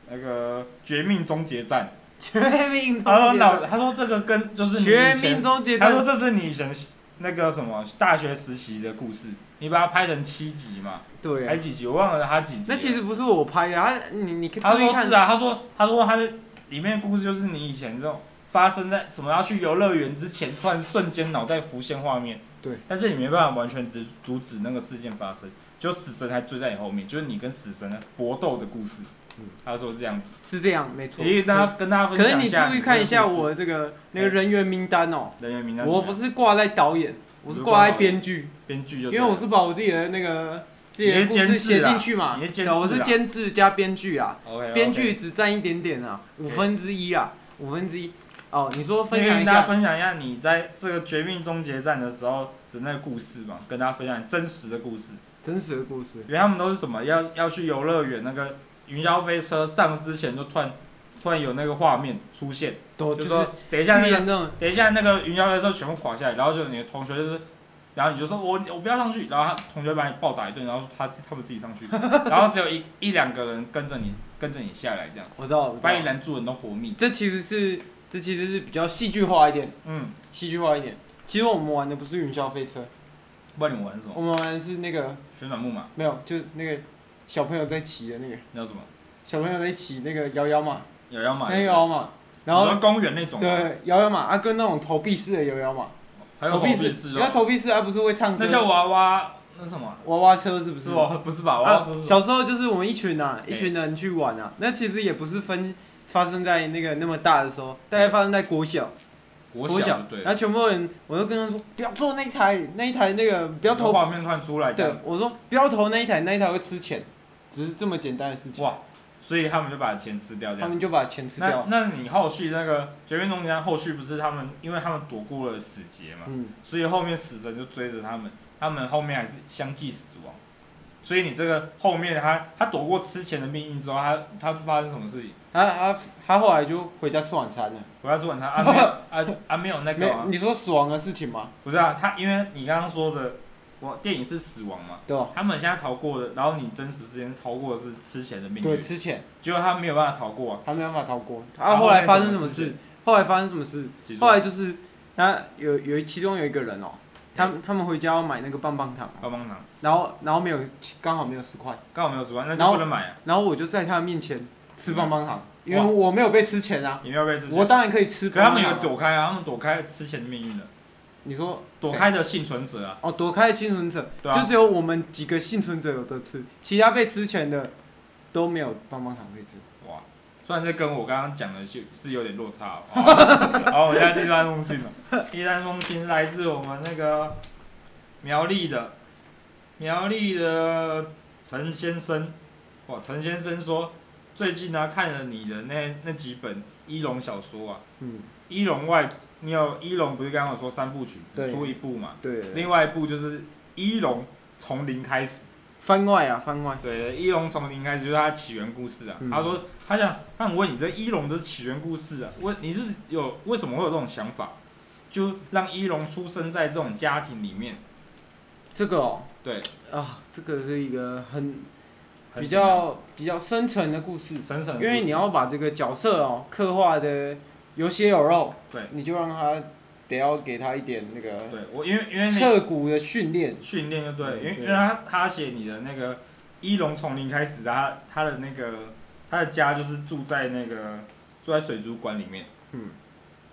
Speaker 1: 那个《绝命终结战》。
Speaker 2: 绝命终结
Speaker 1: 他说
Speaker 2: 战
Speaker 1: 脑，他说这个跟就是你
Speaker 2: 绝
Speaker 1: 以
Speaker 2: 命
Speaker 1: 前，
Speaker 2: 终结
Speaker 1: 他说
Speaker 2: 战，
Speaker 1: 这是你以前那个什么大学实习的故事，你把它拍成七集嘛，
Speaker 2: 对
Speaker 1: 还
Speaker 2: 啊，
Speaker 1: 几集我忘了他几集了。
Speaker 2: 那其实不是我拍的，他你你可以
Speaker 1: 他
Speaker 2: 注意
Speaker 1: 说
Speaker 2: 看
Speaker 1: 是，啊，他说他说他的里面的故事就是你以前这种发生在什么要去游乐园之前，突然瞬间脑袋浮现画面。
Speaker 2: 对，
Speaker 1: 但是你没办法完全止阻止那个事件发生，就死神还追在你后面，就是你跟死神的搏斗的故事。
Speaker 2: 嗯
Speaker 1: 他说这样子，
Speaker 2: 是这样，没错。
Speaker 1: 也跟大家跟大家分
Speaker 2: 可是
Speaker 1: 享
Speaker 2: 你
Speaker 1: 一下。
Speaker 2: 注意看一下我这个那
Speaker 1: 哎
Speaker 2: 个人员名单哦，
Speaker 1: 人员名单怎么
Speaker 2: 我不
Speaker 1: 样，
Speaker 2: 是挂在导演，我是挂在编剧，
Speaker 1: 编剧就
Speaker 2: 因
Speaker 1: 对
Speaker 2: 为
Speaker 1: 了，
Speaker 2: 我是把我自己的那个自己
Speaker 1: 你
Speaker 2: 的
Speaker 1: 是
Speaker 2: 故
Speaker 1: 监制
Speaker 2: 事
Speaker 1: 啊
Speaker 2: 写进去嘛，
Speaker 1: 你是监制
Speaker 2: 对，
Speaker 1: 啊哦
Speaker 2: 我是监制加编剧啊，
Speaker 1: OK，OK
Speaker 2: 编剧只占一点点啊，五分之一啊，五分之一。哦，你说分
Speaker 1: 可以
Speaker 2: 享一
Speaker 1: 跟大家
Speaker 2: 下，
Speaker 1: 分享一下你在这个绝命终结战的时候的那个故事嘛，跟大家分享真实的故事。
Speaker 2: 真实的故事，
Speaker 1: 因为他们都是什么要要去游乐园那个云霄飞车上之前就突然突然有那个画面出现，
Speaker 2: 都
Speaker 1: 就
Speaker 2: 哦就是是
Speaker 1: 说等一下
Speaker 2: 预
Speaker 1: 那
Speaker 2: 言
Speaker 1: 个
Speaker 2: 那种，
Speaker 1: 等一下那个云霄飞车全部垮下来，然后就你的同学就是，然后你就说我我不要上去，然后他同学把你暴打一顿，然后他他们自己上去，然后只有一一两个人跟着你跟着你下来这样，
Speaker 2: 我知道，我知
Speaker 1: 把
Speaker 2: 道
Speaker 1: 你。拦住的人都活命。
Speaker 2: 这其实是这其实是比较戏剧化一点，
Speaker 1: 嗯，
Speaker 2: 戏剧化一点。其实我们玩的不是云霄飞车，
Speaker 1: 不知道你们玩什么？
Speaker 2: 我们玩的是那个
Speaker 1: 旋转木马，
Speaker 2: 没有，就那个小朋友在骑的那个
Speaker 1: 那叫什么？
Speaker 2: 小朋友在骑那个摇摇马，
Speaker 1: 摇摇马。
Speaker 2: 那个摇摇马，然
Speaker 1: 哦
Speaker 2: 后
Speaker 1: 你说公园那种吗，
Speaker 2: 对摇摇马啊，跟那种投币式的摇摇马，
Speaker 1: 还有投币式
Speaker 2: 那
Speaker 1: 哦，
Speaker 2: 投币式啊不是会唱歌
Speaker 1: 那叫娃娃，那什么？
Speaker 2: 娃娃车是不是
Speaker 1: 是？哦，不是吧？
Speaker 2: 啊
Speaker 1: 哇，这是，
Speaker 2: 小时候就是我们一群啊，
Speaker 1: 哎
Speaker 2: 一群人去玩啊，那其实也不是分发生在那个那么大的时候，大概发生在国小。
Speaker 1: 国
Speaker 2: 国
Speaker 1: 小
Speaker 2: 小
Speaker 1: 就对，
Speaker 2: 然后
Speaker 1: 了，
Speaker 2: 全部人，我就跟他说不要坐那一台，那一台那个不
Speaker 1: 不
Speaker 2: 要投，
Speaker 1: 画面突然出来这
Speaker 2: 对
Speaker 1: 样，
Speaker 2: 我说不要投那一台，那一台会吃钱，只是这么简单的事情，
Speaker 1: 哇，所以他们就把钱吃掉这
Speaker 2: 他
Speaker 1: 样。
Speaker 2: 们就把钱吃
Speaker 1: 那
Speaker 2: 掉。
Speaker 1: 那你后续那个绝命终结战后续不是他们，因为他们躲过了死劫嘛，
Speaker 2: 嗯，
Speaker 1: 所以后面死神就追着他们，他们后面还是相继死亡。所以你这个后面他他躲过吃钱的命运之后，他他发生什么事情？
Speaker 2: 他他他后来就回家吃晚餐了。
Speaker 1: 我要吃晚餐啊没 有啊啊没有那
Speaker 2: 没
Speaker 1: 个、，啊，
Speaker 2: 你说死亡的事情吗？
Speaker 1: 不是啊，他因为你刚刚说的，我电影是死亡嘛，
Speaker 2: 对啊吧？
Speaker 1: 他们现在逃过的，然后你真实时间逃过的是吃钱的命
Speaker 2: 对，
Speaker 1: 运，
Speaker 2: 吃钱，
Speaker 1: 结果他没有办法逃过啊。
Speaker 2: 他没办法逃过。
Speaker 1: 然
Speaker 2: 他
Speaker 1: 后
Speaker 2: 后来发生什么
Speaker 1: 后面
Speaker 2: 事？后来发生什么事？
Speaker 1: 记住
Speaker 2: 后来就是他有有其中有一个人哦，他们他们回家要买那个棒棒糖，
Speaker 1: 棒棒糖，
Speaker 2: 然后然后没有刚好没有十块。
Speaker 1: 刚好没有十万，那
Speaker 2: 然
Speaker 1: 就
Speaker 2: 后
Speaker 1: 不能买啊，
Speaker 2: 然后我就在他面前吃棒棒糖，因为我没有被吃钱啊，
Speaker 1: 饮料嗯被吃
Speaker 2: 我
Speaker 1: 钱。
Speaker 2: 当然可以吃
Speaker 1: 可他
Speaker 2: 棒
Speaker 1: 们
Speaker 2: 棒
Speaker 1: 有
Speaker 2: 糖啊。
Speaker 1: 躲开啊，他们躲开吃钱的命运的，
Speaker 2: 你说
Speaker 1: 躲
Speaker 2: 谁
Speaker 1: 开的幸存者啊，
Speaker 2: 哦，躲开幸存者，
Speaker 1: 对啊
Speaker 2: 就只有我们几个幸存者有得吃，其他被吃钱的都没有棒棒糖可以吃。
Speaker 1: 哇，虽然这跟我刚刚讲的是是有点落差哦。 好，好我们现在第三封信了，第三封信来自我们那个苗栗的苗栗的陈先生，哇，陈先生说最近呢、看了你的那那几本一龙小说啊，
Speaker 2: 嗯，
Speaker 1: 一龙外，你有一龙不是刚刚有说三部曲只
Speaker 2: 对
Speaker 1: 出一部嘛？
Speaker 2: 对，
Speaker 1: 另外一部就是《一龙从零开始
Speaker 2: 番外啊，番外》，，
Speaker 1: 对，《一龙从零开始》就是它的起源故事啊。
Speaker 2: 嗯
Speaker 1: 他说，他想，他想问你这一龙的起源故事啊，问你是有为什么会有这种想法，就让一龙出生在这种家庭里面，
Speaker 2: 这个哦
Speaker 1: 对，
Speaker 2: 啊，这个是一个很
Speaker 1: 很
Speaker 2: 比较比较深层的故事，
Speaker 1: 神神的故
Speaker 2: 因
Speaker 1: 事，
Speaker 2: 为你要把这个角色哦刻画的有血有肉，
Speaker 1: 对，
Speaker 2: 你就让他得要给他一点那个
Speaker 1: 对我因为因为你
Speaker 2: 彻骨的训练。
Speaker 1: 训练就对了，因为
Speaker 2: 嗯对
Speaker 1: 因为他他写你的那个《一龙从零开始》，他他的那个他的家就是住在那个住在水族馆里面。
Speaker 2: 嗯，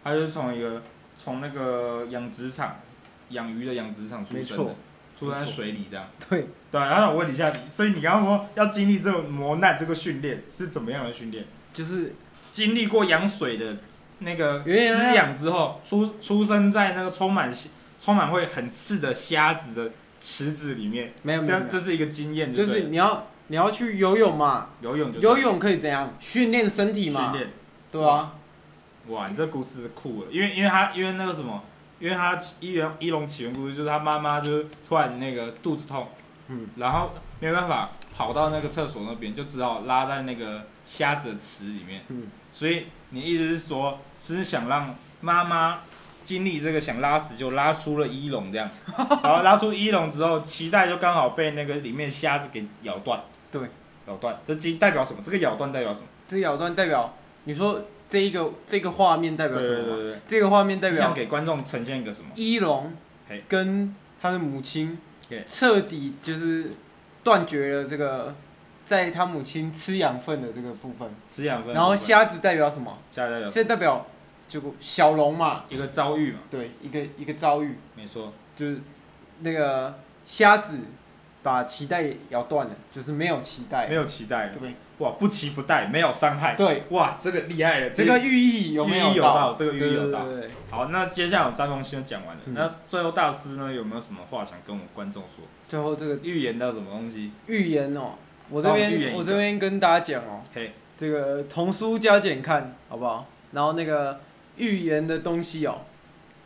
Speaker 1: 他就是从一个从那个养殖场养鱼的养殖场出
Speaker 2: 没
Speaker 1: 生的
Speaker 2: 错，
Speaker 1: 出生在水里这样。
Speaker 2: 对，
Speaker 1: 对，然后我问你一下，所以你刚刚说要经历这种磨难，这个训练是怎么样的训练？
Speaker 2: 就是
Speaker 1: 经历过养水的那个
Speaker 2: 有点像
Speaker 1: 滋养之后，出出生在那个充满充满会很刺的虾子的池子里面，
Speaker 2: 没有
Speaker 1: 这
Speaker 2: 没有
Speaker 1: 样
Speaker 2: 没
Speaker 1: 这是一个经验
Speaker 2: 有，
Speaker 1: 对
Speaker 2: 就
Speaker 1: 了，
Speaker 2: 是你要你要去游泳嘛，
Speaker 1: 游泳就
Speaker 2: 游泳可以怎样训练身体
Speaker 1: 训
Speaker 2: 嘛？
Speaker 1: 练。
Speaker 2: 对啊，
Speaker 1: 哇，你这故事酷了，因为因为他因为那个什么，因为他一元一龙起源故事就是他妈妈就是突然那个肚子痛，
Speaker 2: 嗯，
Speaker 1: 然后没办法跑到那个厕所那边，就只好拉在那个虾子的池里面，
Speaker 2: 嗯，
Speaker 1: 所以你意思是说，是想让妈妈经历这个想拉屎就拉出了一龙 这样，然后拉出一龙之后，脐带就刚好被那个里面虾子给咬断，
Speaker 2: 对，
Speaker 1: 咬断，这鸡代表什么？这个咬断代表什么？
Speaker 2: 这咬断代表你说这一个这个画面代
Speaker 1: 对
Speaker 2: 表什
Speaker 1: 对
Speaker 2: 么嘛？
Speaker 1: 对
Speaker 2: 这个画面代
Speaker 1: 对，
Speaker 2: 表
Speaker 1: 想给观众呈现一个什么？
Speaker 2: 一龙
Speaker 1: 嘿
Speaker 2: 跟他的母亲
Speaker 1: 对
Speaker 2: 彻底就是断绝了这个在他母亲吃养分的这个部分。
Speaker 1: 吃养分。
Speaker 2: 然后虾子代表什么？
Speaker 1: 下代表
Speaker 2: 这代表就小龙嘛，
Speaker 1: 一个遭遇嘛，
Speaker 2: 对，一个一个遭遇，
Speaker 1: 没错，
Speaker 2: 就是那个虾子把脐带咬断了，就是没有脐带
Speaker 1: 没，有期待了，
Speaker 2: 对
Speaker 1: 哇，不期不待，没有伤害，
Speaker 2: 对，
Speaker 1: 哇，这个厉害了，
Speaker 2: 这个寓意有没
Speaker 1: 寓意有
Speaker 2: 到？
Speaker 1: 到这个寓意
Speaker 2: 对
Speaker 1: 有到
Speaker 2: 对对对
Speaker 1: 好，那接下来我们三封信都讲完了，
Speaker 2: 嗯
Speaker 1: 那最后大师呢有没有什么话想跟我们观众说？
Speaker 2: 最后这个
Speaker 1: 预言到什么东西？
Speaker 2: 预言哦，我这
Speaker 1: 帮我预言一
Speaker 2: 边
Speaker 1: 个
Speaker 2: 我这边跟大家讲哦，
Speaker 1: 嗯嘿，
Speaker 2: 这个童书加减看好不好？然后那个预言的东西哦，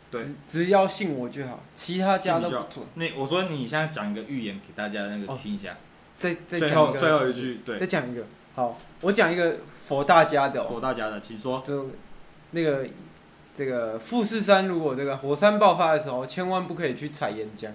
Speaker 1: 对
Speaker 2: 只，只要信我就好，其他家都
Speaker 1: 信
Speaker 2: 不
Speaker 1: 你就好
Speaker 2: 准。
Speaker 1: 那我说你现在讲一个预言给大家那个
Speaker 2: 哦
Speaker 1: 听一下，
Speaker 2: 再再
Speaker 1: 最
Speaker 2: 讲
Speaker 1: 后
Speaker 2: 一个，
Speaker 1: 最后一句，对
Speaker 2: 再，讲一个。好，我讲一个佛大家的、哦，
Speaker 1: 佛大家的，请说。
Speaker 2: 就那个这个富士山，如果这个火山爆发的时候，千万不可以去踩岩浆。